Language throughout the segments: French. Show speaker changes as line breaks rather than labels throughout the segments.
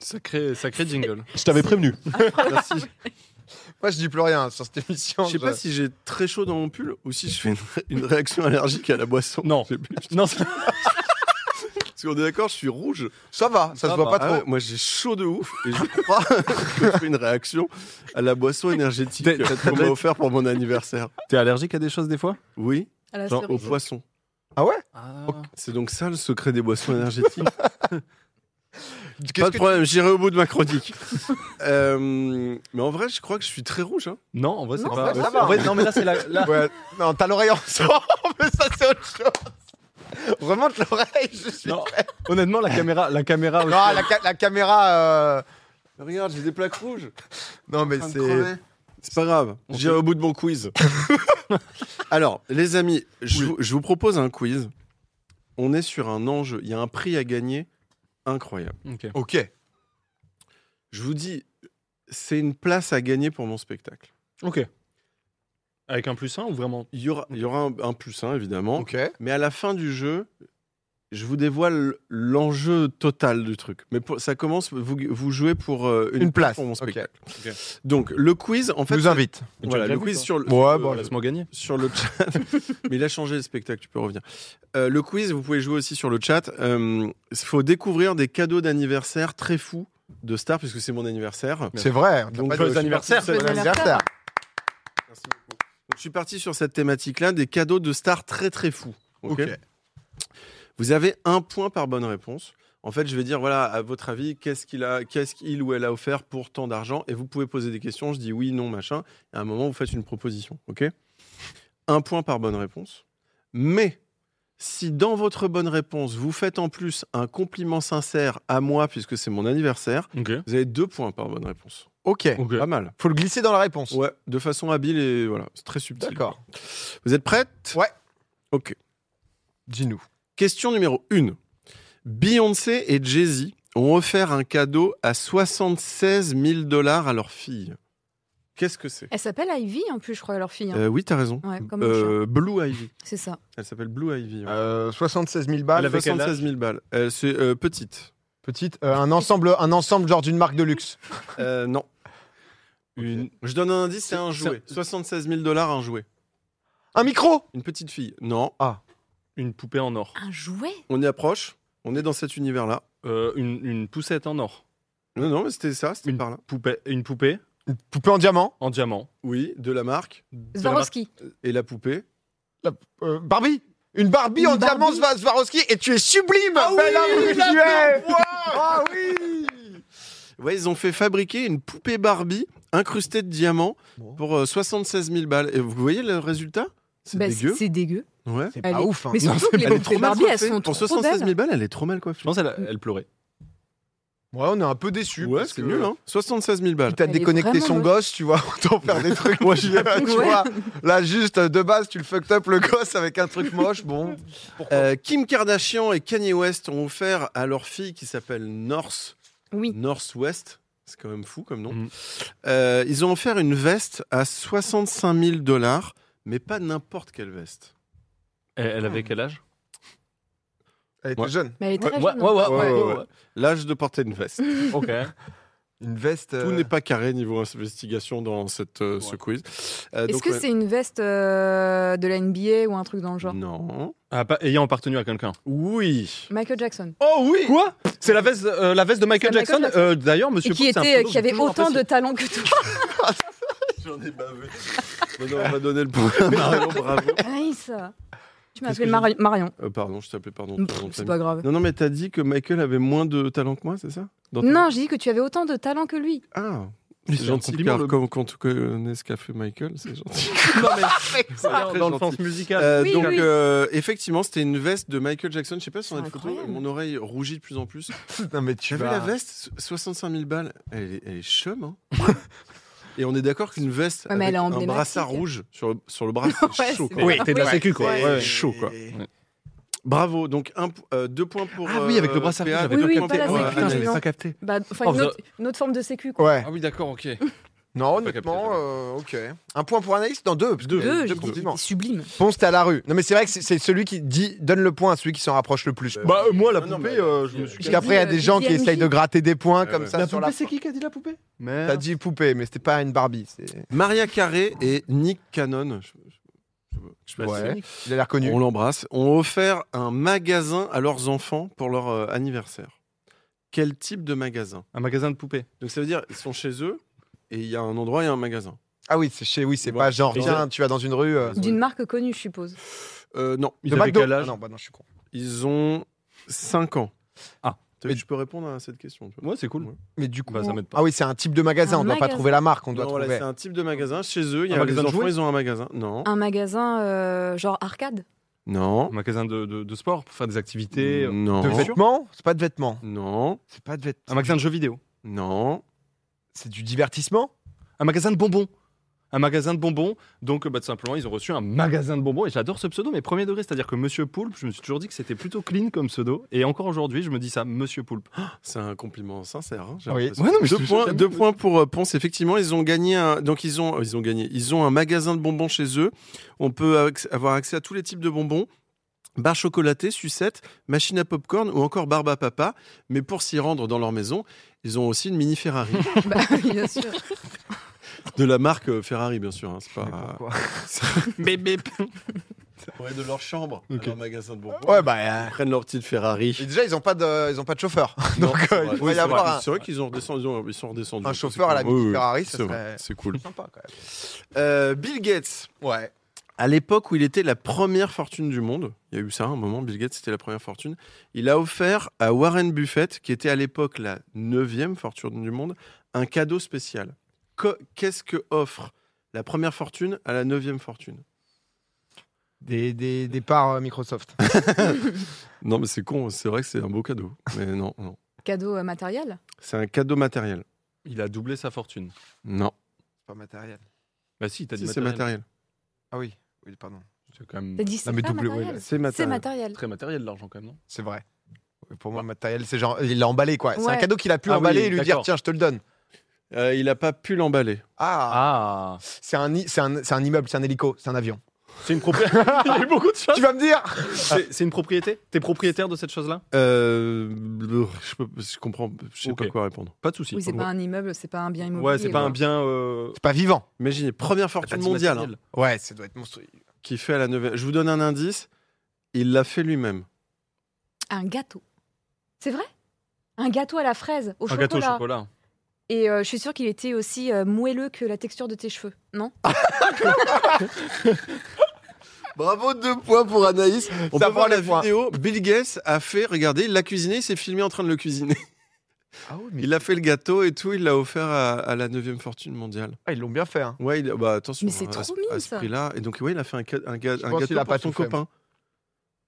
Sacré, sacré jingle.
Je t'avais prévenu.
Merci.
Moi, je dis plus rien sur cette émission.
Je sais pas si j'ai très chaud dans mon pull ou si je fais une, ré- une réaction allergique à la boisson.
Non.
Je sais plus.
Non, c'est-
Parce qu'on est d'accord, je suis rouge.
Ça va, ça, se voit
va.
pas
Ah
trop.
ouais, moi, j'ai chaud de ouf et je crois que je fais une réaction à la boisson énergétique
T'es-
qu'on m'a offert pour mon anniversaire.
T'es allergique à des choses des fois
Oui,
À la
genre au
cerise.
poisson.
Ah ouais
C'est donc ça le secret des boissons énergétiques.
Qu'est-ce que
Pas de
tu-
problème, j'irai au bout de ma chronique. Euh, mais en vrai, je crois que je suis très rouge. hein.
Non, en vrai, c'est
Non,
pas.
ça va.
En vrai, non, mais là, c'est la. là-
Ouais, non, t'as l'oreille en sang, mais ça c'est autre chose. Remonte l'oreille, je suis. Non,
Non, honnêtement, la caméra. La caméra aussi,
la, ca- la caméra. euh,
Regarde, j'ai des plaques rouges.
Non, mais c'est.
C'est pas grave,
On
j'irai
peut-
au bout de mon quiz. Alors, les amis, je, vous, je vous propose un quiz. On est sur un enjeu, il y a un prix à gagner incroyable.
Ok.
Ok.
Je vous dis, c'est une place à gagner pour mon spectacle.
Ok. Avec un plus 1 ou vraiment
Il y aura, il y aura un, un plus un, évidemment,
Ok.
mais à la fin du jeu, je vous dévoile l'enjeu total du truc. Mais pour- ça commence, vous, vous jouez pour euh, une,
Une place.
pour mon
Ok.
spectacle.
Ok.
Donc, le quiz, en fait,
Nous invite.
Mais tu
voilà,
l'as
le
bah, vu,
quiz
toi
sur le.
Ouais,
euh,
bon,
Laisse-moi gagner.
sur le chat. Mais il a changé le spectacle, tu peux revenir. Euh, le quiz, vous pouvez jouer aussi sur le chat. Euh, Il faut découvrir des cadeaux d'anniversaire très fous de stars, puisque c'est mon anniversaire.
C'est vrai. t'as
Donc,
pas
joyeux
de-
anniversaire.
Bon
Joyeux
anniversaire.
Merci beaucoup. Donc, je suis parti sur cette thématique-là, des cadeaux de stars très très fous.
Ok.
ok Vous avez un point par bonne réponse. En fait, je vais dire, voilà, à votre avis, qu'est-ce qu'il a, qu'est-ce qu'il ou elle a offert pour tant d'argent Et vous pouvez poser des questions. Je dis oui, non, machin. Et à un moment, vous faites une proposition. OK Un point par bonne réponse. Mais si dans votre bonne réponse, vous faites en plus un compliment sincère à moi, puisque c'est mon anniversaire,
Ok.
vous avez deux points par bonne réponse.
Ok.
Ok.
Pas mal.
Faut le glisser dans la réponse.
Ouais, de façon habile et voilà, c'est très subtil.
D'accord.
Vous êtes prête
Ouais.
OK.
Dis-nous.
Question numéro 1. Beyoncé et Jay-Z ont offert un cadeau à 76 000 dollars à leur fille. Qu'est-ce que c'est
Elle s'appelle Ivy en plus, je crois, leur fille. hein.
Euh, Oui, t'as raison.
Ouais, comme
Euh, Blue Ivy.
C'est ça.
Elle s'appelle Blue Ivy. ouais.
Euh, 76 000 balles.
Elle avait quel
76 000 balles. Euh, c'est euh, petite.
Petite. euh, un ensemble, un ensemble genre d'une marque de luxe.
Euh, non.
Une...
Je donne un indice, c'est un
c'est-
jouet. 76 000 dollars, un jouet.
Un micro.
Une petite fille. Non.
une poupée en or.
Un jouet
On y approche. On est dans cet univers-là.
Euh, une, une poussette en or.
Non, non, mais c'était ça, c'était
Une
par là.
poupée, une poupée
Une poupée en diamant.
en diamant.
Oui, de la marque.
De la marque-
Swarovski.
Et la poupée.
Euh, Barbie. Une Barbie en
Une
diamant
Barbie.
Swa- Swarovski et tu es sublime. Bel homme que tu es. Ah oui.
Ouais, ils ont fait fabriquer une poupée Barbie incrustée de diamants
Bon.
pour euh, 76 000 balles. Et vous voyez le résultat C'est
Bah,
dégueu.
C'est dégueu.
Ouais.
C'est
Elle
pas
est-
ouf. hein.
Mais surtout que les
Elle est
poupées
trop
Barbie,
mal
elles
coiffée.
sont
Pour
trop
76
belles.
000 balles, elle est trop mal
Je
coiffée.
pense qu'elle elle pleurait.
Ouais, on est un peu déçus.
Ouais,
parce
c'est
que-
nul, hein 76 000 balles.
Quitte à
Elle est
déconnecter
vraiment
son
moche.
gosse, tu vois, autant faire des trucs. Moi, j'y tu
Ouais.
vois. Là, juste euh, de base, tu le fucked up le gosse avec un truc moche. Bon,
Euh, Kim Kardashian et Kanye West ont offert à leur fille qui s'appelle North,
Oui.
Northwest, c'est quand même fou comme nom,
Mm.
Euh, ils ont offert une veste à 65 000 dollars, mais pas n'importe quelle veste.
Elle, elle avait quel âge
elle était
Ouais.
jeune.
Mais elle est très
ouais,
jeune.
ouais,
hein.
ouais,
Ouais,
ouais,
ouais,
ouais.
L'âge de porter une veste.
Ok.
Une veste. euh,
Tout n'est pas carré niveau investigation dans cette, euh, ce
Ouais.
quiz. Euh,
Est-ce
donc,
que
ouais.
c'est une veste euh, de la NBA ou un truc dans le genre
Non.
Ah, pas- ayant appartenu à quelqu'un.
Oui.
Michael Jackson.
Oh oui Quoi C'est la veste, euh, la veste de Michael
C'est
Jackson
Michael Jackson.
Euh, D'ailleurs, monsieur
Et qui,
Pou, c'est un
était, euh,
pseudo
qui avait
toujours
autant de
apprécié.
talent que toi.
J'en ai bavé. Maintenant, on va donner le point. Marion,
Ah,
bravo.
Nice. Tu m'as
Qu'est-ce
appelé
que
Mari- Marion.
Euh, pardon, je t'appelais pardon.
Pff,
pardon,
C'est
Tammy.
pas grave.
Non, non, mais t'as dit que Michael avait moins de talent que moi, c'est ça Dans ta-
Non, j'ai dit que tu avais autant de talent que lui.
Ah.
Mais
C'est gentil,
compliment,
car
le-
comme quand on connaît ce qu'a fait Michael, c'est gentil.
Non, mais c'est
Très
dans le
gentil.
sens musical.
Euh,
Oui,
donc,
oui.
euh, effectivement, c'était une veste de Michael Jackson. Je sais pas si on a
C'est
une photo.
incroyable.
Mon oreille rougit de plus en plus. Bah.
Non, mais tu
T'as vu
vas.
la veste so- 65 000 balles. Elle est, elle est chum, hein Et on est d'accord qu'une veste
Ouais, mais
avec
elle est
un
emblématique.
brassard rouge sur le, sur le bras, c'est
Ouais,
chaud.
c'est
quoi.
vrai.
Oui, t'es de la
Ouais.
sécu, quoi.
Ouais.
ah Ouais.
Chaud, quoi. Bravo. Donc un, p- euh, deux points pour.
Ah oui, avec
euh,
le brassard rouge,
PA, deux
avec
points
le
pour,
capteur.
euh,
Putain, j'avais
Anaïs.
pas
capté.
Bah, enfin,
Oh,
une,
vous
autre, une autre forme de sécu, quoi.
Ouais.
Ah oui, Ah d'accord, ok.
Non,
J'ai pas capté,
honnêtement, euh, ok. Un point pour Anaïs Dans deux. parce que-
Deux, j'ai dit,
compliments.
c'était sublime.
Ponce, t'es à la rue. Non, mais c'est vrai que c'est- c'est celui qui dit donne le point à celui qui s'en rapproche le plus.
Bah, euh, moi, la
Non, non,
poupée,
mais-
euh, je me suis
Parce
J'ai
qu'après, il y a
dit,
des
euh,
gens
j'ai
qui
dit
essayent de
Annie.
gratter des points
Ouais,
comme
ouais.
ça sur la.
c'est qui qui a dit la poupée
T'as dit poupée, mais c'était pas une Barbie. c'est-
Maria Carré et Nick Cannon. je- je- je- je sais pas si-
Ouais. Il a l'air connu.
On l'embrasse. Ont offert un magasin à leurs enfants pour leur euh, anniversaire. Quel type de magasin
Un magasin de poupées.
Donc ça veut dire ils sont chez eux et il y a un endroit et un magasin.
Ah oui, c'est chez. Oui, c'est
Bon.
pas genre
Et
tiens, tu vas dans une rue. euh,
D'une marque connue, je suppose.
Euh, non,
Ils
de
avaient
McDo.
quel âge
Ah non, bah non, je suis con.
ils ont 5 ans.
Ah.
T'as vu, je peux répondre à cette question. tu vois.
Ouais, c'est cool.
Mais du coup.
Bah, ça m'aide pas.
Ah oui, c'est un type de magasin.
Un
on doit pas
magasin.
trouver la marque. On doit
Non, voilà,
trouver.
c'est un type de magasin chez eux. Il y
Un
a les
magasin de
enfants,
jouets
ils ont un magasin. Non,
Un magasin euh, genre arcade
non,
Un magasin de, de- de sport pour faire des activités. euh,
non,
De
Sûr
vêtements C'est pas de vêtements.
non,
C'est pas de vêtements.
Un magasin de jeux vidéo.
non.
C'est du divertissement
Un magasin de bonbons. Un magasin de bonbons. Donc, bah, tout simplement, ils ont reçu un magasin de bonbons. Et j'adore ce pseudo, mais premier degré. C'est-à-dire que Monsieur Poulpe, je me suis toujours dit que c'était plutôt clean comme pseudo. Et encore aujourd'hui, je me dis ça, Monsieur Poulpe.
C'est un compliment sincère. hein, j'ai
Oui.
l'impression.
Ouais, non, mais je
deux,
te
points,
jure,
deux points pour euh, Ponce. Effectivement, ils ont gagné. un- donc ils ont, ils ont gagné. Ils ont un magasin de bonbons chez eux. On peut acc- avoir accès à tous les types de bonbons. Barres chocolatées, sucettes, machine à popcorn ou encore barbe à papa. Mais pour s'y rendre dans leur maison, ils ont aussi une mini Ferrari.
Bah, bien sûr.
de la marque euh, Ferrari, bien sûr. hein, c'est pas.
Bip, bip.
Ouais, de leur chambre,
à Ok. leur
magasin de bonbons.
Ouais, bah. euh,
Ils prennent leur petite
Et
Ferrari.
déjà, ils ont pas de, ils ont pas de chauffeur. Donc, euh, il pourrait y avoir un-
C'est vrai qu'ils ont redescendu- ils ont- ils sont redescendus.
Un chauffeur à la
Oui, oui,
Ferrari, ça
c'est vrai,
serait-
C'est cool.
Sympa quand même.
Euh, Bill Gates.
Ouais.
À l'époque où il était la première fortune du monde, il y a eu ça à un moment, Bill Gates c'était la première fortune, il a offert à Warren Buffett, qui était à l'époque la neuvième fortune du monde, un cadeau spécial. Que- Qu'est-ce que offre la première fortune à la neuvième fortune
Des, des, des parts euh, Microsoft.
Non mais c'est con, c'est vrai que c'est un beau cadeau. Mais non, non.
Cadeau euh, matériel
C'est un cadeau matériel.
Il a doublé sa fortune.
Non.
pas matériel.
Bah si, t'as dit
Si, c'est matériel.
Ah oui. Oui, pardon.
C'est quand même
T'as dit c'est
mais
pas
doublé, oui,
matériel
C'est
C'est
matériel.
matériel.
très matériel l'argent quand même, non
C'est vrai. Oui, Pour moi, le matériel, c'est genre, il l'a emballé quoi. C'est un
Ouais.
cadeau qu'il a pu
Ah oui,
emballer et lui dire
d'accord.
tiens, je te le donne.
Euh, il n'a pas pu l'emballer.
Ah,
Ah
C'est, un, i- c'est, un, c'est un immeuble, c'est un hélico, c'est un avion.
C'est une propriété. Il y a eu beaucoup de choses.
tu vas me dire
C'est c'est une propriété T'es propriétaire de cette chose-là
Euh, je, peux- je comprends, je sais
Ok.
pas quoi répondre.
Pas de souci.
Oui, c'est pas un immeuble, c'est pas un bien immobilier.
Ouais, c'est pas un
voilà.
bien. euh,
C'est pas vivant.
Imaginez, première fortune mondiale. hein.
Ouais, ça doit être monstrueux.
qui fait à la neuvième. Je vous donne un indice. Il l'a fait lui-même.
Un gâteau. C'est vrai Un gâteau à la fraise, au
Un
chocolat.
gâteau au chocolat.
Et euh, je suis sûre qu'il était aussi euh, moelleux que la texture de tes cheveux, non
Bravo, deux points pour Anaïs.
On
Ça
peut
prend
voir la
les points.
vidéo. Bill Gates a fait, regardez, il l'a cuisiné, il s'est filmé en train de le cuisiner.
Ah oui, mais
Il a fait le gâteau et tout, il l'a offert à, à la 9 fortune mondiale.
ah, ils l'ont bien fait. hein.
Ouais, il- bah attention.
Mais c'est
à
trop
ce-
mignon,
À ce
ça.
prix-là. Et donc, ouais, il a fait un, ca- un ga-
Je
un
pense qu'il
gâteau
a pas
pour son
tout fait,
copain.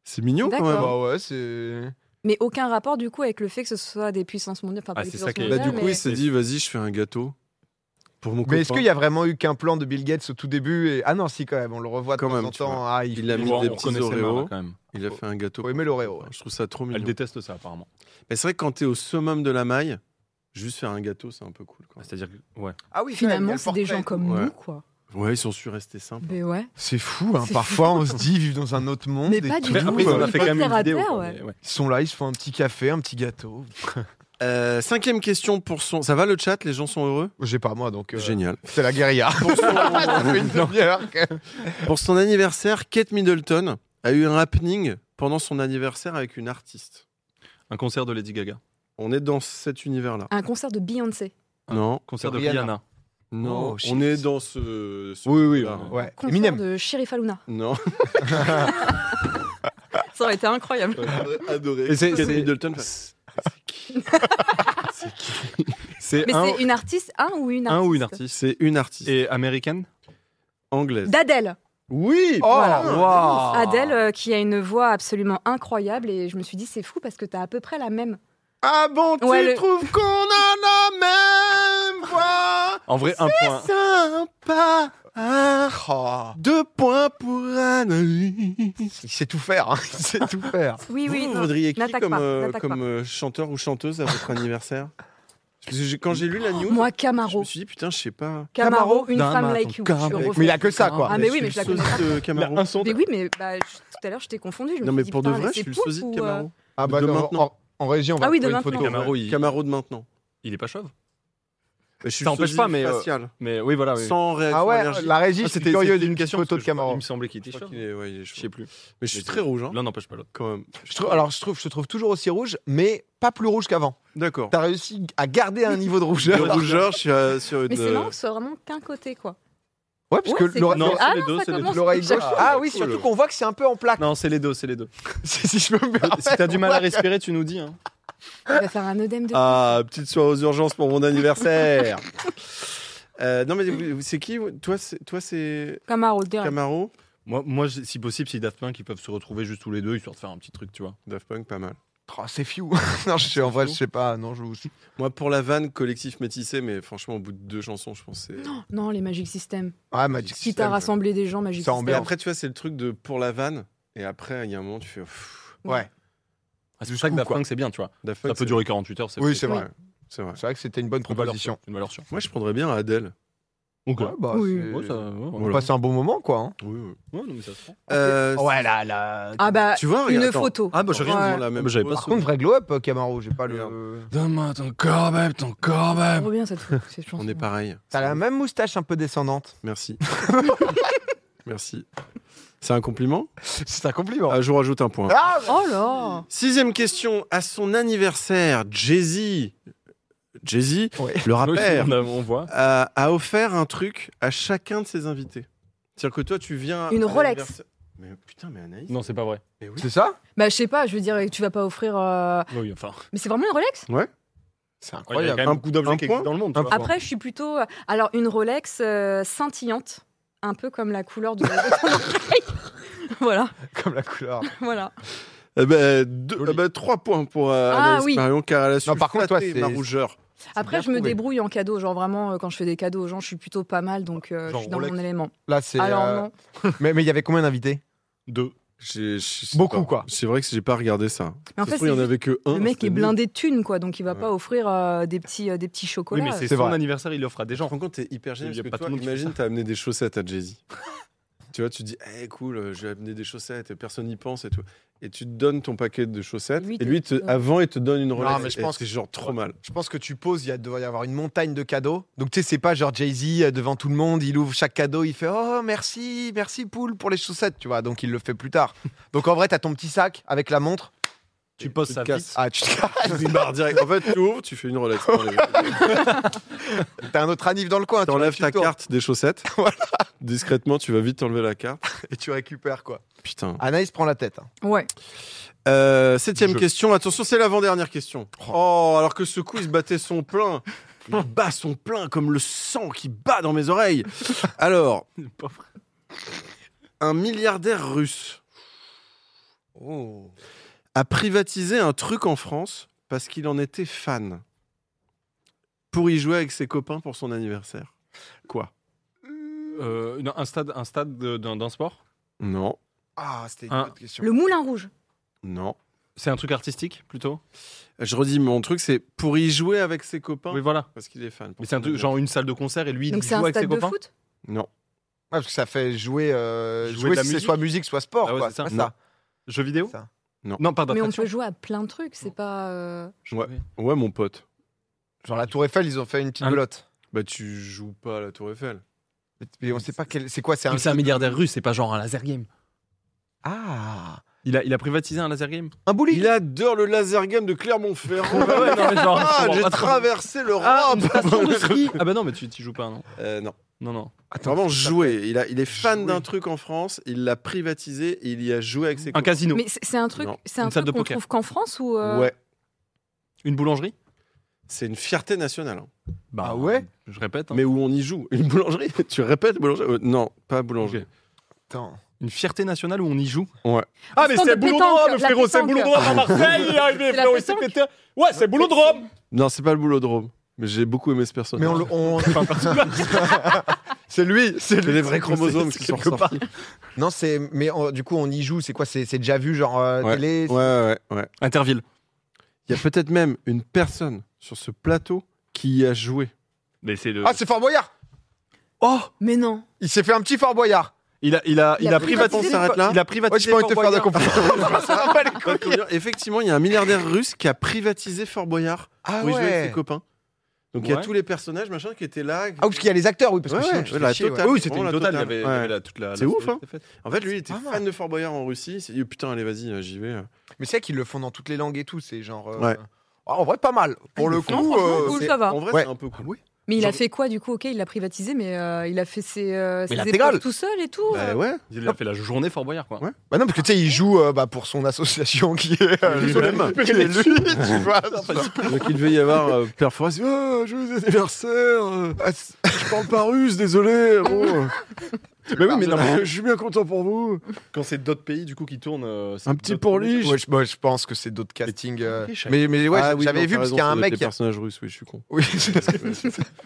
C'est mignon quand même. hein.
D'accord.
Bah ouais, c'est.
Mais aucun rapport du coup avec le fait que ce soit des puissances mondiales. Enfin, pas
Ah,
des
c'est ça
puissances
qui est-
Bah,
Bah,
mondiales,
du coup,
mais-
il s'est dit, vas-y, je fais un gâteau pour mon copain.
Mais est-ce qu'il y a vraiment eu qu'un plan de Bill Gates au tout début et... Ah non, si, quand même, on le revoit de
Quand
temps
même,
en
tu
temps. Ah, il
Il a mis
On
des petits
reconnaît ses mains, là,
Oreos.
quand même.
Il a fait un gâteau.
faut aimer l'Oreo. ouais.
Je trouve ça trop mignon.
Elle déteste ça apparemment.
Mais c'est vrai que quand t'es au summum de la maille, juste faire un gâteau, c'est un peu cool. Quand même.
C'est-à-dire que ouais.
Ah oui, quand même, il y a
Finalement,
le
c'est des
portrait.
gens comme
Ouais.
nous, quoi.
Ouais, ils sont su rester simples.
Mais ouais.
C'est fou, hein,
C'est
parfois on se dit vivre dans un autre monde.
Mais
et
pas du
tout. euh,
tout.
Après, ils en
ouais.
ont fait quand même
Terre
une
à
vidéo.
terre,
quoi,
ouais.
mais ouais.
Ils sont là, ils se font un petit café, un petit gâteau.
Euh, cinquième question pour son. Ça va le chat Les gens sont heureux
J'ai pas moi donc. euh,
Génial.
C'est la guérilla.
Pour
Ça fait
son...
une demi-heure que-
pour son anniversaire, Kate Middleton a eu un happening pendant son anniversaire avec une artiste.
Un concert de Lady Gaga.
On est dans cet univers-là.
Un concert de Beyoncé.
Non,
Concert
De
de
Rihanna.
Rihanna.
non.
Ah. Oh, shit.
on est dans ce. ce-
Oui, oui,
là.
oui.
Ouais.
Concert
Eminem.
de Sheriff Aluna.
Non.
Ça aurait été incroyable.
Adoré.
Et c'est-
Kate
c'est-
Middleton.
C'est
Mais
un,
c'est une artiste, un ou une
un
artiste
ou une artiste.
C'est une artiste
Et américaine
anglaise.
D'Adèle.
Oui.
Oh,
Waouh.
Ah.
Adèle euh, qui a une voix absolument incroyable et je me suis dit c'est fou parce que t'as à peu près la même.
Ah bon, tu
Ouais, le-
trouves qu'on a la même voix
En vrai, un point.
Sympa. Ah.
Oh,
Deux points pour Anaïs.
il sait tout faire. hein, Il sait tout faire.
Oui, oui.
vous
non.
voudriez qui
n'attaque
comme,
pas,
euh,
n'attaque
comme euh, chanteur ou chanteuse à votre anniversaire Parce que j'ai- Quand j'ai lu la news,
Moi,
je
Camaro.
me suis dit putain, je sais pas.
Camaro, une
D'un
femme
matin,
like you. Je
Camaro.
refais.
Mais il a que ça, quoi.
Ah, mais oui, mais je la
sauce
connais pas.
de Camaro.
Un son
Mais oui, mais bah, je- tout à l'heure, je t'ai confondu. Je me
Non,
suis
mais
dit,
pour de
putain,
vrai,
mais
je suis le
c'est
sosie
pouf
de
ou,
Camaro.
Ah bah
De
non,
maintenant.
En, en régie, on va
Ah oui, de
trouver une photo.
maintenant.
Camaro, il,
Camaro de maintenant.
il est pas chauve.
Je suis
Ça
le
empêche
sosie
pas, mais, euh,
facial.
Mais oui, voilà. Oui.
Sans réaction
Ah ouais,
allergique.
la régie,
Ah,
c'était curieux
c'était
d'une question photo
parce que
de
je- Il
Camaro.
me semblait qu'il était
Je crois
chauve.
qu'il est- ouais, il est
Je
chaud.
sais plus.
Mais je suis très rouge, hein,
L'un n'empêche pas l'autre.
quand même.
Je trouve- alors, je trouve, je te trouve toujours aussi rouge, mais pas plus rouge qu'avant.
D'accord.
T'as réussi à garder un niveau de
De
rougeur.
rougeur, je suis euh, sur une.
Mais c'est marrant
euh,
que ce soit vraiment qu'un côté, quoi.
Ouais, parce
Ouais,
que
c'est
l'oreille-
exact.
Non,
ah
c'est les
non,
deux,
ça
c'est les
commence.
l'oreille
Chaque
gauche.
fois.
Ah oui,
cool.
surtout qu'on voit que c'est un peu en plaque.
Non, c'est les deux, c'est les deux.
si, si je peux me permettre.
si t'as du mal à respirer, tu nous dis. Hein.
Il va faire un œdème de.
Ah, petite soirée aux urgences pour mon anniversaire. Euh, non, mais vous- c'est qui vous- Toi, c'est toi, c'est
Camaro, direct.
Camaro
Moi, moi, j'ai- si possible, si Daft Punk, ils peuvent se retrouver juste tous les deux, histoire de faire un petit truc, tu vois.
Daft Punk, pas mal.
Oh, c'est fiou. non, je sais, en vrai, je sais pas. Non, je
Moi, pour la vanne, collectif métissé, mais franchement, au bout de deux chansons, je pense que c'est.
Non, les Magic System.
Ouais, Magic
Si
Si
System,
t'as rassemblé des gens, Magic
Ça
System.
Mais
ambiance.
après, tu vois, c'est le truc de pour la vanne, et après, il y a un moment, tu fais. pff,
Ouais.
Ah, c'est pour ça que
Jusqu'où,
Daft
quoi.
Punk, c'est bien, tu vois.
Daft Punk,
Ça peut
c'est-
durer 48 heures, c'est
Oui, c'est vrai.
C'est vrai.
C'est vrai que c'était une bonne
une valeur
proposition.
sûre, Une valeur sûre.
Moi, je prendrais bien Adèle.
Donc,
Ouais, bah,
Oui.
c'est-
ouais, ça,
On
voilà.
passe un bon moment, quoi. hein.
Oui, oui.
Ouais, non, mais ça se prend.
Ouais, là, là.
Ah bah,
Euh, tu vois,
une
regarde, attends.
photo.
Ah, bah, j'ai
j'ai rien
rien
Ouais.
dit, la même
Bah, j'avais
chose.
pas
Par contre, vrai glow up, euh, Camaro. J'ai pas le.
Donne-moi ton corps, babe, ton corps, babe.
Trop bien cette photo, cette chanson.
On est pareil.
T'as la même moustache un peu descendante.
Merci. Merci. C'est un compliment
C'est un compliment.
Ah, Je vous rajoute un point.
Ah, bah,
Oh là
Sixième question. À son anniversaire, Jay-Z, Jay-Z
Ouais.
Oui,
le rappeur,
on, a- on voit.
a, a offert un truc à chacun de ses invités. C'est-à-dire que toi, tu viens.
Une
à
Rolex.
l'anniversaire- Mais putain, mais Anaïs.
Non, c'est pas vrai.
mais oui.
C'est ça
Bah, je sais pas, je veux dire, tu vas pas offrir. euh,
Oui, enfin.
Mais c'est vraiment une Rolex
C'est
Ouais, il y a quand
incroyable.
même
Un-
beaucoup d'objets
un
qui
point
existent dans le monde.
Un
Tu vois.
Après, je suis plutôt. euh, Alors, une Rolex euh, scintillante, un peu comme la couleur de, de ton oreille. voilà,
Comme la couleur.
voilà.
Eh ben, deux-
Joli.
eh ben, trois points pour euh,
Ah
Anaïs
oui.
Marion, car elle a su
Non, par contre, toi,
flatter
c'est-
ma rougeur.
Après,
bien
je me
trouvé.
débrouille en cadeau. Genre, vraiment, euh, quand je fais des cadeaux aux gens, je suis plutôt pas mal, donc euh, je
Genre
suis dans
Rolex.
mon élément.
Là, c'est.
Alors,
euh,
non.
Mais mais il y avait combien d'invités
Deux.
J'ai- je sais
Beaucoup,
pas.
quoi.
C'est vrai que j'ai pas regardé ça.
Mais
Ça
en
se
fait,
trouve, il y en
c'est
avait que un.
Le mec
c'était
est
nul.
blindé de thunes, quoi, donc il va
Ouais.
pas offrir euh, des, petits, euh, des petits
Oui,
chocolats.
mais c'est
C'est
son
vrai.
anniversaire, il offre à des
Je
gens.
rends compte, t'es hyper gêné
Il y a
parce que
pas tout
toi,
le monde qui
imagine, t'as amené des chaussettes à Jay-Z. tu vois, tu dis, eh cool, euh, je vais amener des chaussettes, et personne n'y pense et tout. Et tu te donnes ton paquet de chaussettes,
Lui,
et
t'es-
lui, te- avant, il te donne une Rolex.
mais je
Et
pense
c'est genre trop mal.
Je pense que tu poses, il y a- doit y avoir une montagne de cadeaux. Donc tu sais, c'est pas genre Jay-Z euh, devant tout le monde, il ouvre chaque cadeau, il fait Oh merci, merci Poule pour les chaussettes, tu vois. Donc il le fait plus tard. Donc en vrai, t'as ton petit sac avec la montre.
Tu poses
te
ça
casses.
vite.
Ah, tu te casses.
Tu barres direct. En fait, tu ouvres, tu fais une Rolex.
T'as un autre anif dans le coin. tu
T'enlèves
vois,
ta
tu tournes
carte des chaussettes.
Voilà.
Discrètement, tu vas vite enlever la carte.
Et tu récupères quoi.
Putain.
Anaïs prend la tête. hein.
Ouais.
Euh, septième
Je-
question. Attention, c'est l'avant-dernière question. Oh, alors que ce coup, il se battait son plein. Il bat son plein comme le sang qui bat dans mes oreilles. Alors,
Pas vrai.
un milliardaire russe
Oh.
a privatisé un truc en France parce qu'il en était fan pour y jouer avec ses copains pour son anniversaire. Quoi
Euh, non, un stade, un stade de- d'un d'un sport.
Non,
Ah, c'était une
Un-
bonne question.
Le moulin rouge.
non.
C'est un truc artistique plutôt.
Je redis mon truc, c'est pour y jouer avec ses copains
Oui, voilà.
parce qu'il est fan. pour
Mais c'est un
son
truc, genre une salle de concert et lui il
Donc,
joue
c'est un
avec ses
stade de
copains.
foot
anniversaire. Non,
Ouais, Ah, parce que ça fait jouer, euh,
Jouer
jouer,
de la
c'est
musique.
soit musique, soit sport.
Ah ouais,
quoi.
c'est ça.
C'est
Non. Jeu vidéo.
Ça.
Non.
Non, pardon.
Mais on peut jouer à plein de trucs, c'est pas. euh,
ouais mon pote.
Genre la Tour Eiffel, ils ont fait une petite
Un-
belote.
Bah tu joues pas à la Tour Eiffel.
Mais on sait pas quel. C'est quoi C'est un.
C'est un milliardaire russe, c'est pas genre un laser game.
Ah
Il a, il a privatisé un laser game.
Un bowling
Il adore le laser game de Clermont-Ferrand. Ah, j'ai traversé le
Ah,
Rhum.
une station de ski. Ah bah non, mais tu tu joues pas, non
Euh, non.
Non, non.
Attends,
Vraiment
ça-
jouer. Il, a, il est fan
Jouer.
d'un truc en France, il l'a privatisé et il y a joué avec ses
Un
copains.
casino.
Mais c'est c'est un truc,
Non.
c'est un
Une salle
truc
de
qu'on
poker.
trouve qu'en France ou. euh,
Ouais,
Une boulangerie.
c'est une fierté nationale. hein.
Bah
Ah ouais
Je répète. hein.
Mais où on y joue Une boulangerie Tu répètes boulangerie Euh, Non, pas boulangerie.
Ok.
Attends.
Une fierté nationale où on y joue.
Ah, mais stand c'est de boulot de pétanque, Rome, la frérot, c'est pétanque. boulot de
droit à Marseille, il est
C'est
arrivé,
la frérot, il s'est pétanque.
Ouais, c'est boulot de Rome
Non, c'est pas le boulodrome. Mais j'ai beaucoup aimé ce personnage.
Mais on, le- on- c'est lui, c'est
C'est
lui.
les vrais chromosomes qui sont
quelque part.
ressortis.
Non, c'est mais on- du coup on y joue. C'est quoi C'est c'est déjà vu genre euh, télé.
Ouais, ouais, ouais.
Interville.
Il y a peut-être même une personne sur ce plateau qui y a joué.
Mais c'est le.
Ah, c'est Fort Boyard
oh
Mais non.
Il s'est fait un petit Fort Boyard
il a, il a,
Il
il
a
a
On
privatisé.
s'arrête là.
Il a privatisé.
Ouais, j'ai pas envie de te
Fort
faire de
Boyard.
conflit.
Pas de combien. Effectivement, il y a un milliardaire russe qui a privatisé Fort Boyard
Ah
pour y jouer avec
ouais
ses copains. Donc il y a
Ouais.
tous les personnages machin qui étaient là.
Ah, parce qu'il y a les acteurs, oui, parce que
Ouais,
sinon
ouais,
tu te
la
fais chier,
totale.
ouais.
Oui, c'était
Vraiment,
une
la
Oh, totale. Il y
totale.
avait, il y avait
Ouais.
la- toute la.
C'est
la-
ouf, hein.
c'était fait.
En fait, lui, il était
Ah.
fan de Fort Boyard en Russie. Il s'est dit oh, putain, allez, vas-y, euh, j'y vais.
Mais c'est vrai qu'ils le font dans toutes les langues et tout, c'est genre. euh,
Ouais.
ah, en vrai, pas mal. Pour le
Non,
coup.
franchement,
euh,
cool,
c'est-
ça va.
En vrai,
Ouais.
c'est un peu cool.
Mais il a
Genre-
fait quoi du coup Ok, il l'a privatisé, mais euh, il a fait ses, euh, ses
l'intégrale.
épreuves tout seul et tout.
Bah
euh.
ouais.
Il a fait la journée Fort Boyard, quoi.
Ouais.
Bah non, parce que tu sais, il joue euh, bah, pour son association qui est. euh,
Lui-même.
qui est lui, tu vois.
Donc il devait y avoir euh, performance. Oh, joyeux anniversaire. euh,
Ah, c'est-
Je parle pas russe, désolé. Bon.
Mais oui, mais non. mais
je suis bien content pour vous.
Quand c'est d'autres pays, du coup, qui tournent. euh, c'est
Un petit
d'autres
pour
pays.
lui.
Ouais, je, moi, je pense que c'est d'autres castings. euh,
je savais
Mais, mais ouais,
Ah oui,
j'avais
non,
vu
t'as
parce
raison,
qu'il y a
ça
un
doit être
mec.
des
qui a-
personnages russes, oui, je suis con.
Oui,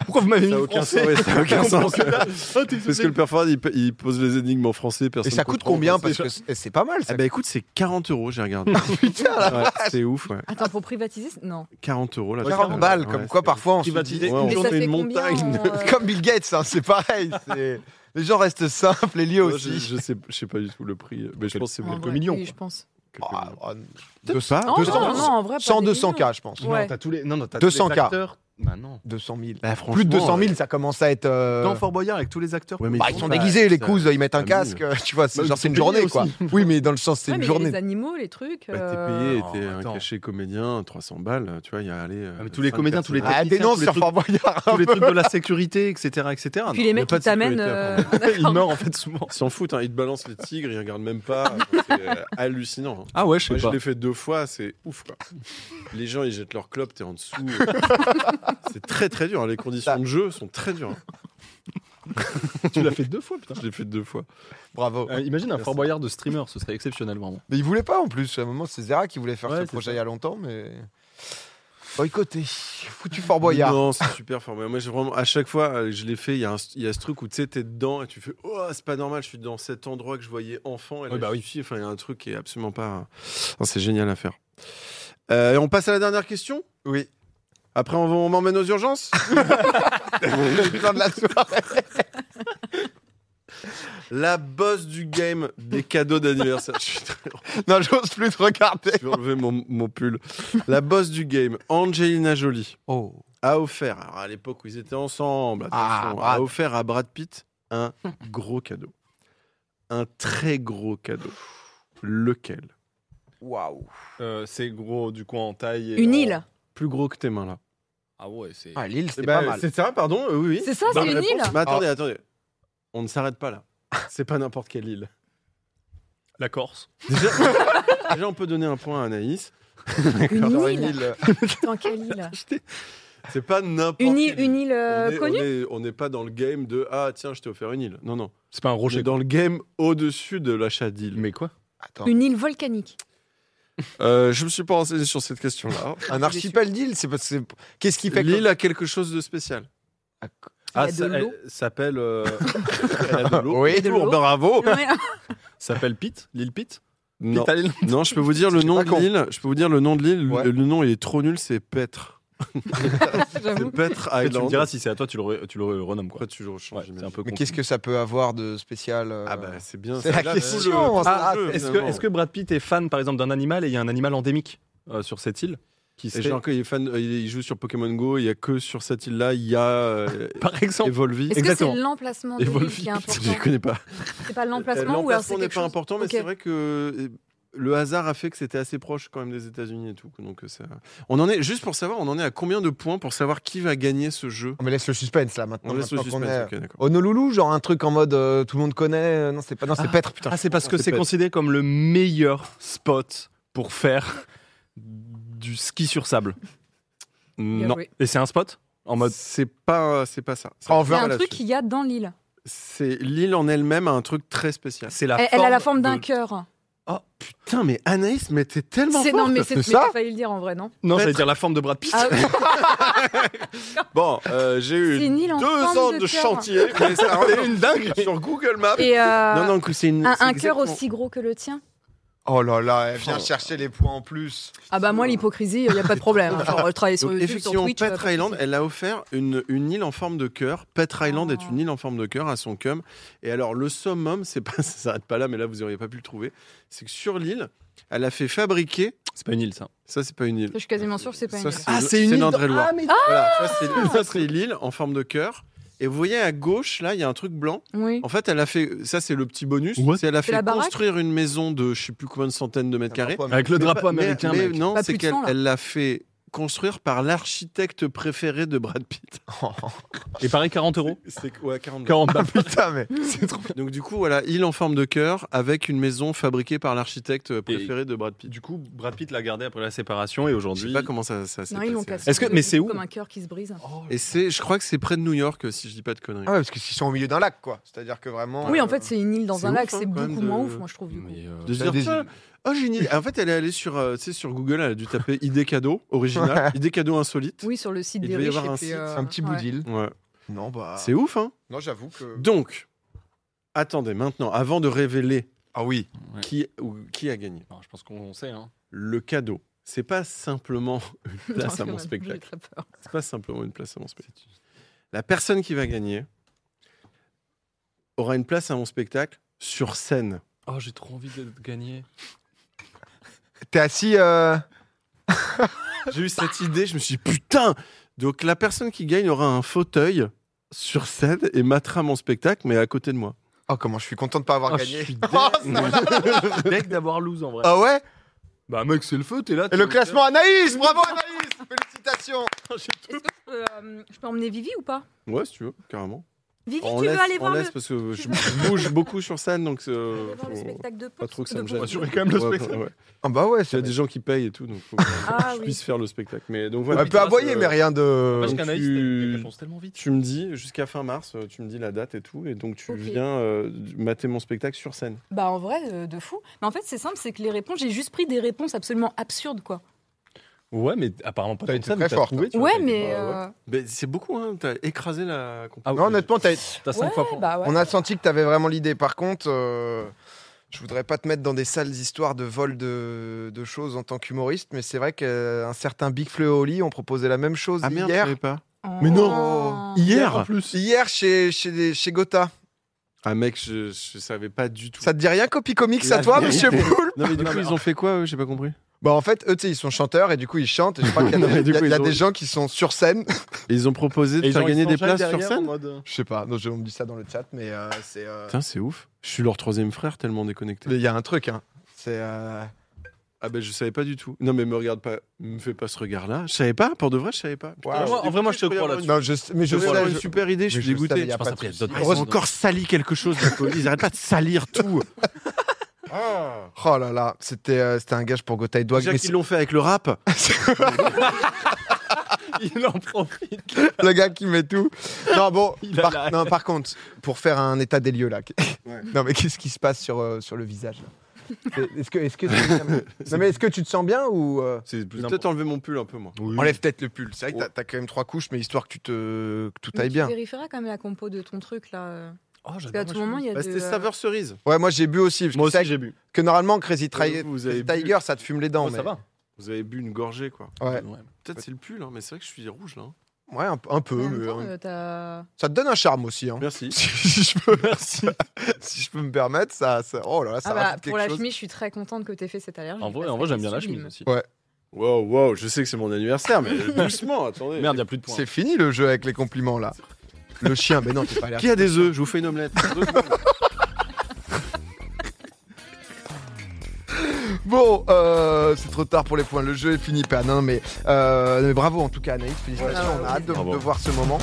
Pourquoi vous m'avez mis
Ça a
le
aucun
français
sens. ouais, ça a aucun
Je comprends
sens.
que dalle. Ah, t'es
Parce que le performance, il, pa- il pose les énigmes en français.
Et
Personne
ça coûte
comprend.
combien
C'est-
Parce que c'est c'est pas mal.
Eh
Ça.
ben écoute, c'est 40 euros, j'ai regardé.
Putain, là.
Ouais, c'est ouf, ouais.
Attends, pour privatiser c'est- Non.
40 euros là.
40
c'est-
balles,
ouais,
comme
c'est-
quoi parfois on se
Privatiser.
dit.
Ouais, on
mais ça
tourne
fait
une montagne.
combien
de-
euh,
Comme Bill Gates, hein, c'est pareil. c'est- Les gens restent simples et liés
Ouais, je,
aussi.
je sais, je sais pas du tout le prix, mais je pense que c'est
en
quelques
vrai,
millions.
euh, Ah, Oui, je
quoi.
pense.
Quelques
Ah,
millions.
ah,
Peut-être pas.
Ah,
200,
non, non, en vrai, pas
100,
des
200
millions.
k je pense.
Ouais.
Non, t'as tous les. Non, non, t'as
200
tous les
cas.
acteurs. Bah non.
200 000.
Bah,
Plus de
franchement,
200 000,
ouais.
ça commence à être. euh,
Dans Fort Boyard avec tous les acteurs.
Ouais, mais
bah, ils sont déguisés, les couzes, ils mettent un
Ah,
casque. Tu vois, c'est
Bah,
genre
ils
c'est une
sont payés
journée, quoi.
aussi.
Oui, mais dans le sens, c'est
Ouais,
une
mais
journée.
Les animaux, les trucs.
Bah, t'es
euh,
payé,
non,
t'es un
Oh, attends.
cachet comédien, 300 balles, tu vois, il y a allez,
Ah,
euh,
mais tous les
cinq
comédiens, tous les
personnages.
Ah, dénonce
tous les
sur
trucs-
Fort Boyard.
Tous les trucs de la sécurité, etc. etc.
Puis les
y a
mecs
pas
qui
de sécurité
t'amènent. euh,
après.
Ils meurent en fait souvent.
Ils s'en foutent, hein, ils te balancent les tigres, ils regardent même pas. c'est euh, hallucinant. hein.
Ah ouais, je
Moi, je l'ai fait deux fois, c'est ouf quoi. Les gens ils jettent leur clope, t'es en dessous. c'est très très dur, hein, les conditions de jeu sont très dures. hein.
Tu l'as fait deux fois, putain.
Je l'ai fait deux fois.
Bravo.
Euh, imagine un
Merci.
Fort Boyard de streamer, ce serait exceptionnel vraiment.
Mais il voulait pas en plus. À un moment, c'est Zera qui voulait faire
Ouais,
ce
c'est
projet
ça.
il y a longtemps, mais. Boycotté. Foutu Fort Boyard.
Non, c'est super fort. Mais Moi, j'ai vraiment, à chaque fois, euh, je l'ai fait. Il y, a un- il y a ce truc où tu sais, t'es dedans et tu fais Oh, c'est pas normal, je suis dans cet endroit que je voyais enfant. Et là,
Oui, bah
je
oui.
suis- Enfin, il y a un truc qui est absolument pas. Non, c'est génial à faire. Euh, et on passe à la dernière question
Oui.
Après, on, va- on m'emmène aux urgences
Le plan de la soirée.
La boss du game des cadeaux d'anniversaire. Je suis très-
Non, j'ose plus te regarder.
Je vais enlever mon, mon pull. La boss du game, Angelina Jolie,
Oh.
a offert, alors à l'époque où ils étaient ensemble,
Ah,
attention,
Brad.
a offert à Brad Pitt un gros cadeau. Un très gros cadeau. Lequel
Waouh.
Euh, c'est gros du coup en taille. et
Une
euh,
en-
île.
Plus gros que tes mains là.
Ah ouais, c'est.
Ah, Lille, c'était
Eh ben,
pas mal.
C'est Ah. ça, pardon euh, Oui, oui.
C'est ça,
Bonne
c'est une île
réponse. Mais attendez, attendez. On ne s'arrête pas là. C'est pas n'importe quelle île.
La Corse.
Déjà, déjà, on peut donner un point à Anaïs.
Une
Genre une
île
île.
Putain, quelle île
C'est pas n'importe
Une
quelle
île, une île euh,
on est-
connue
on est- On n'est pas dans le game de Ah, tiens, je t'ai offert une île. Non, non.
C'est pas un
On est
rocher.
dans le game au-dessus de l'achat d'île.
Mais quoi
Attends.
Une île volcanique.
Euh, je me suis pas renseigné sur cette question-là.
Un archipel d'île, c'est parce que. Qu'est-ce qui fait que.
L'île a quelque chose de spécial.
Ah,
Ah,
a de
ça
l'eau.
elle s'appelle. euh, elle a de l'eau.
Oui,
de
Oh,
l'eau.
bravo.
Non, mais-
S'appelle Pete, l'île Pete.
Non.
Pete à l'île.
Non, je peux vous dire le
C'est
nom
pas
de
con.
l'île. Je peux vous dire le nom de l'île. Le-
Ouais.
Le, nom il est trop nul, c'est Petre.
J'avoue.
C'est Petre
Après, tu me
Island.
diras si c'est à toi, tu le, re- tu le re- renommes quoi.
Pourquoi tu le rechanges
Ouais, c'est
j'imagine.
un peu
Mais
con.
qu'est-ce que ça peut avoir de spécial euh,
Ah bah c'est bien.
C'est la
là,
question,
tout
ça.
tout le jeu,
Est-ce que,
finalement.
est-ce que Brad Pitt est fan par exemple d'un animal et il y a un animal endémique euh, sur cette île qui
Et
serait...
genre qu'il est fan, euh, il joue sur Pokémon Go. Il y a que sur cette île-là, il y a euh,
Par exemple.
Evolvi.
Est-ce que
Exactement.
c'est l'emplacement de l'île
Evolvi.
qui est
Je
important
les connais pas.
C'est pas l'emplacement ou alors c'est
Euh, L'emplacement n'est pas
quelque chose
important, mais
Ok.
c'est vrai que euh, le hasard a fait que c'était assez proche quand même des États-Unis et tout. Donc euh, ça. On en est juste pour savoir, on en est à combien de points pour savoir qui va gagner ce jeu.
On me laisse le suspense là maintenant.
On laisse le
maintenant qu'on
suspense.
est- euh,
ok, d'accord.
Honolulu, genre un truc en mode euh, tout le monde connaît. euh, Non, c'est pas. Non, c'est
Ah.
Petre, putain.
Ah, c'est parce que
c'est
c'est
pas-
considéré comme le meilleur spot pour faire du ski sur sable.
Bien
Non.
joué.
Et c'est un spot En mode.
C'est pas, c'est pas ça. C'est
En
C'est
pas
un
là-dessus.
truc qu'il y a dans l'île.
C'est l'île en elle-même a un truc très spécial.
C'est la
Elle, elle a la forme
de-
d'un cœur.
Oh putain, mais Anaïs, mais t'es tellement
C'est non, mais
C'est
c'est
ça
fallait le dire en vrai, non
Non, j'allais
Peut-être.
dire la forme de Brad Pitt.
Euh, Ah oui.
Bon, euh, j'ai
C'est
eu
une île en forme de cœur.
mais ça en est
une dingue
sur Google Maps.
Et euh,
Non, non, que c'est une.
un,
c'est
un cœur
exactement-
aussi gros que le tien
Oh là là, elle vient chercher les points en plus.
Ah bah moi l'hypocrisie, il n'y a pas de problème. hein. Genre, je travaille sur
Donc,
YouTube, sur
effectivement,
Twitch. euh, pas de
Petra Island,
souci.
elle a offert une, une île en forme de cœur. Petra Island
Ah.
est une île en forme de cœur à son cum. Et alors, le summum, c'est pas, ça s'arrête pas là, mais là, vous n'auriez pas pu le trouver. C'est que sur l'île, elle a fait fabriquer.
C'est pas une île, ça.
Ça, c'est pas une île.
euh, Je suis quasiment sûre que c'est pas
Ça,
une île.
Ah, c'est une île
l'Indre et
dans-
Loire.
Ah, mais-
Voilà, ça, c'est- ça, c'est l'île en forme de cœur. Et vous voyez à gauche, là, il y a un truc blanc.
Oui.
En fait, elle a fait. Ça, c'est le petit bonus.
What
C'est elle a
C'est
fait
la baraque
construire une maison de je sais plus combien de centaines de mètres carrés.
Avec le
Mais
drapeau
pas- mais-
américain,
mais
mec.
non,
Pas
c'est
plus de
qu'elle
sang, là.
elle l'a fait construire par l'architecte préféré de Brad Pitt.
Oh,
Et pareil, 40 euros.
C'est ouais, 40
40 balles.
Putain, mais.
Donc du coup, voilà, île en forme de cœur avec une maison fabriquée par l'architecte préféré de Brad Pitt.
Du coup, Brad Pitt l'a gardé après la séparation et
Je
aujourd'hui.
sais pas comment ça, ça s'est
Non, ils l'ont
passé.
cassé.
Est-ce que- mais c'est où
Comme un cœur qui se brise.
Oh,
Et c'est, je crois que c'est près de New York, si je dis pas de conneries.
Ah ouais, parce que s'ils sont au milieu d'un lac, quoi. C'est-à-dire que vraiment.
Oui,
euh,
en fait, c'est une île dans
c'est
un
ouf,
lac,
hein,
c'est
quand même,
beaucoup
de-
moins ouf, moi je trouve. Du coup.
Mais, euh,
De se
ça
dire,
des-
tiens, oh génial. En fait, elle est allée sur, euh, tu sais, sur Google, elle a dû taper idée cadeau original, idée cadeau insolite.
Oui, sur le site
Il
des
devait y
riches.
avoir
et
un
puis,
site,
euh,
C'est un petit bout
ouais.
d'île.
Ouais.
Non,
Ah.
bah.
C'est ouf, hein.
Non, j'avoue que.
Donc, attendez, maintenant, avant de révéler
Ah oui.
qui ou qui a gagné,
non, je pense qu'on sait. Hein.
le cadeau, c'est pas simplement une
Non,
place à
quand
mon
même,
spectacle.
j'ai très peur.
C'est pas simplement une place à mon spectacle. La personne qui va gagner aura une place à mon spectacle sur scène.
Oh, j'ai trop envie de gagner.
T'es assis. euh,
J'ai eu cette idée, je me suis dit putain Donc la personne qui gagne aura un fauteuil sur scène et matera mon spectacle, mais à côté de moi.
Oh, comment je suis content de pas avoir
Oh, je
gagné.
suis
Oh, ça-
Mec d'avoir lose en vrai.
ah ouais
Bah, mec, c'est le feu, t'es là.
Et
t'es-
le classement, Anaïs Bravo, Anaïs Félicitations
Est-ce que je peux, euh, je peux emmener Vivi ou pas
Ouais, si tu veux, carrément.
Vivi,
on
tu
laisse,
veux aller
on
voir le
laisse parce que je
tu veux-
bouge beaucoup sur scène, donc
aller
euh,
voir le
faut-
spectacle de
pas trop que ça me
de-
gêne.
assurer quand même le spectacle.
ouais.
Ah bah ouais,
Il y
c'est
a des gens qui payent et tout, donc faut que
Ah
je
oui.
puisse faire le spectacle. Mais donc voilà.
un peu aboyé,
Euh,
mais rien de.
Parce
Donc
qu'Anaïs,
tu-
t'as des réponses tellement vite.
Tu me dis jusqu'à fin mars, euh, tu me dis la date et tout, et donc tu
Ok.
viens euh, mater mon spectacle sur scène.
Bah en vrai, euh, de fou. Mais en fait, c'est simple, c'est que les réponses, j'ai juste pris des réponses absolument absurdes, quoi.
Ouais, mais apparemment pas
T'as
tant
été
que ça,
très
mais t'as
forte,
trouvé, tu vois,
Ouais,
t'as été-
mais...
Bah, ouais.
euh,
Ben, c'est beaucoup, hein. T'as écrasé la compétition.
Ah ouais,
Non, honnêtement, t'as-
T'as 5 fois
ouais,
pour.
bah ouais.
on a senti que t'avais vraiment l'idée. Par contre, euh, je voudrais pas te mettre dans des sales histoires de vol de, de choses en tant qu'humoriste, mais c'est vrai qu'un certain Big Fleu Oli ont proposé la même chose
Ah merde, je
hier.
savais pas.
Oh.
Mais
Ah.
non
Hier
plus.
Hier chez, chez, des- chez Gotha.
Ah mec, je, je savais pas du tout.
Ça te dit rien, Copy Comics à
La
toi,
vérité.
monsieur Poul
Non mais du
Non,
coup,
mais-
ils ont fait quoi eux J'ai pas compris.
Bah, en fait, eux, tu sais, ils sont chanteurs et du coup, ils chantent. Et je crois qu'il y a,
Non, mais
des,
du
il y a-
coup,
il y a
ils ont-
des gens qui sont sur scène.
ils ont proposé de faire gagner des places sur scène
Je sais pas, non, je, on me dit ça dans le chat, mais euh, c'est. euh,
Putain, c'est ouf. Je suis leur troisième frère tellement déconnecté.
mais il y a un truc, hein. C'est. euh,
Ah ben je savais pas du tout. Non mais me regarde pas, me fais pas ce regard-là. Je savais pas, pour de vrai, je savais pas.
Waouh.
j'ai
En vrai, moi, je te
découvert
crois
vraiment
là-dessus.
Non, je, sais- mais je,
une-
sais,
vraiment
je-
une super idée, je
mais
suis dégoûté.
savais, y a
Je pense
pas de
après, il y a
souci.
d'autres
Ah, Ils ont encore sali quelque chose, la police. Ils arrêtent pas de salir tout.
Oh là là, c'était euh, c'était un gage pour Gotha. Il doit.
Déjà
mais
qu'ils l'ont fait avec le rap.
Il en profite.
c'est le gars qui met tout. Non, bon,
Il a
par,
la-
non, par contre, pour faire un état des lieux là.
Ouais.
Non, mais qu'est-ce qui se passe sur, euh, sur le visage là C'est- Est-ce que, est-ce que, non, mais est-ce que tu te sens bien ou. euh,
C'est
plus
peut-être enlever mon pull un peu moi.
Enlève peut-être le pull. C'est vrai que
Ouais.
t'as- t'as quand même trois couches, mais histoire que tu te que tout
Mais
aille
tu
bien.
vérifieras quand même la compo de ton truc là. euh.
Oh,
Parce qu'à tout moment, il y a
Bah,
de,
C'était
euh,
saveur cerise.
Ouais, moi j'ai bu aussi. Parce
Moi
que,
aussi,
c'est vrai
j'ai bu.
que normalement, Crazy, Tri-
Vous avez
Crazy
bu.
Tiger, ça te fume les dents.
Oh, ça
mais-
va.
Vous avez bu une gorgée quoi.
Ouais,
Peut-être c'est le pull, hein, mais c'est vrai que je suis rouge là. hein.
ouais un, un peu.
en même
mais,
temps,
euh,
euh, t'as-
Ça te donne un charme aussi. Hein.
Merci.
si, je peux, si je peux me permettre, ça, ça- Oh là là, ça
Ah bah,
rajoute
pour
quelque
la
chose.
chemise, je suis très contente que t'aies fait cette allergie.
En vrai, en vrai j'aime bien la chemise aussi.
Wow, wow, je sais que c'est mon anniversaire, mais doucement, attendez.
Merde, il n'y a plus de points.
C'est fini le jeu avec les compliments là. Le chien, mais non, t'es pas allergique.
Qui a des œufs Je vous fais une omelette.
Bon, euh, c'est trop tard pour les points. Le jeu est fini, pas. Non, mais, euh, mais bravo en tout cas, Anaïs. Félicitations.
Ah, Ouais.
On a hâte de,
Bravo.
de voir ce moment.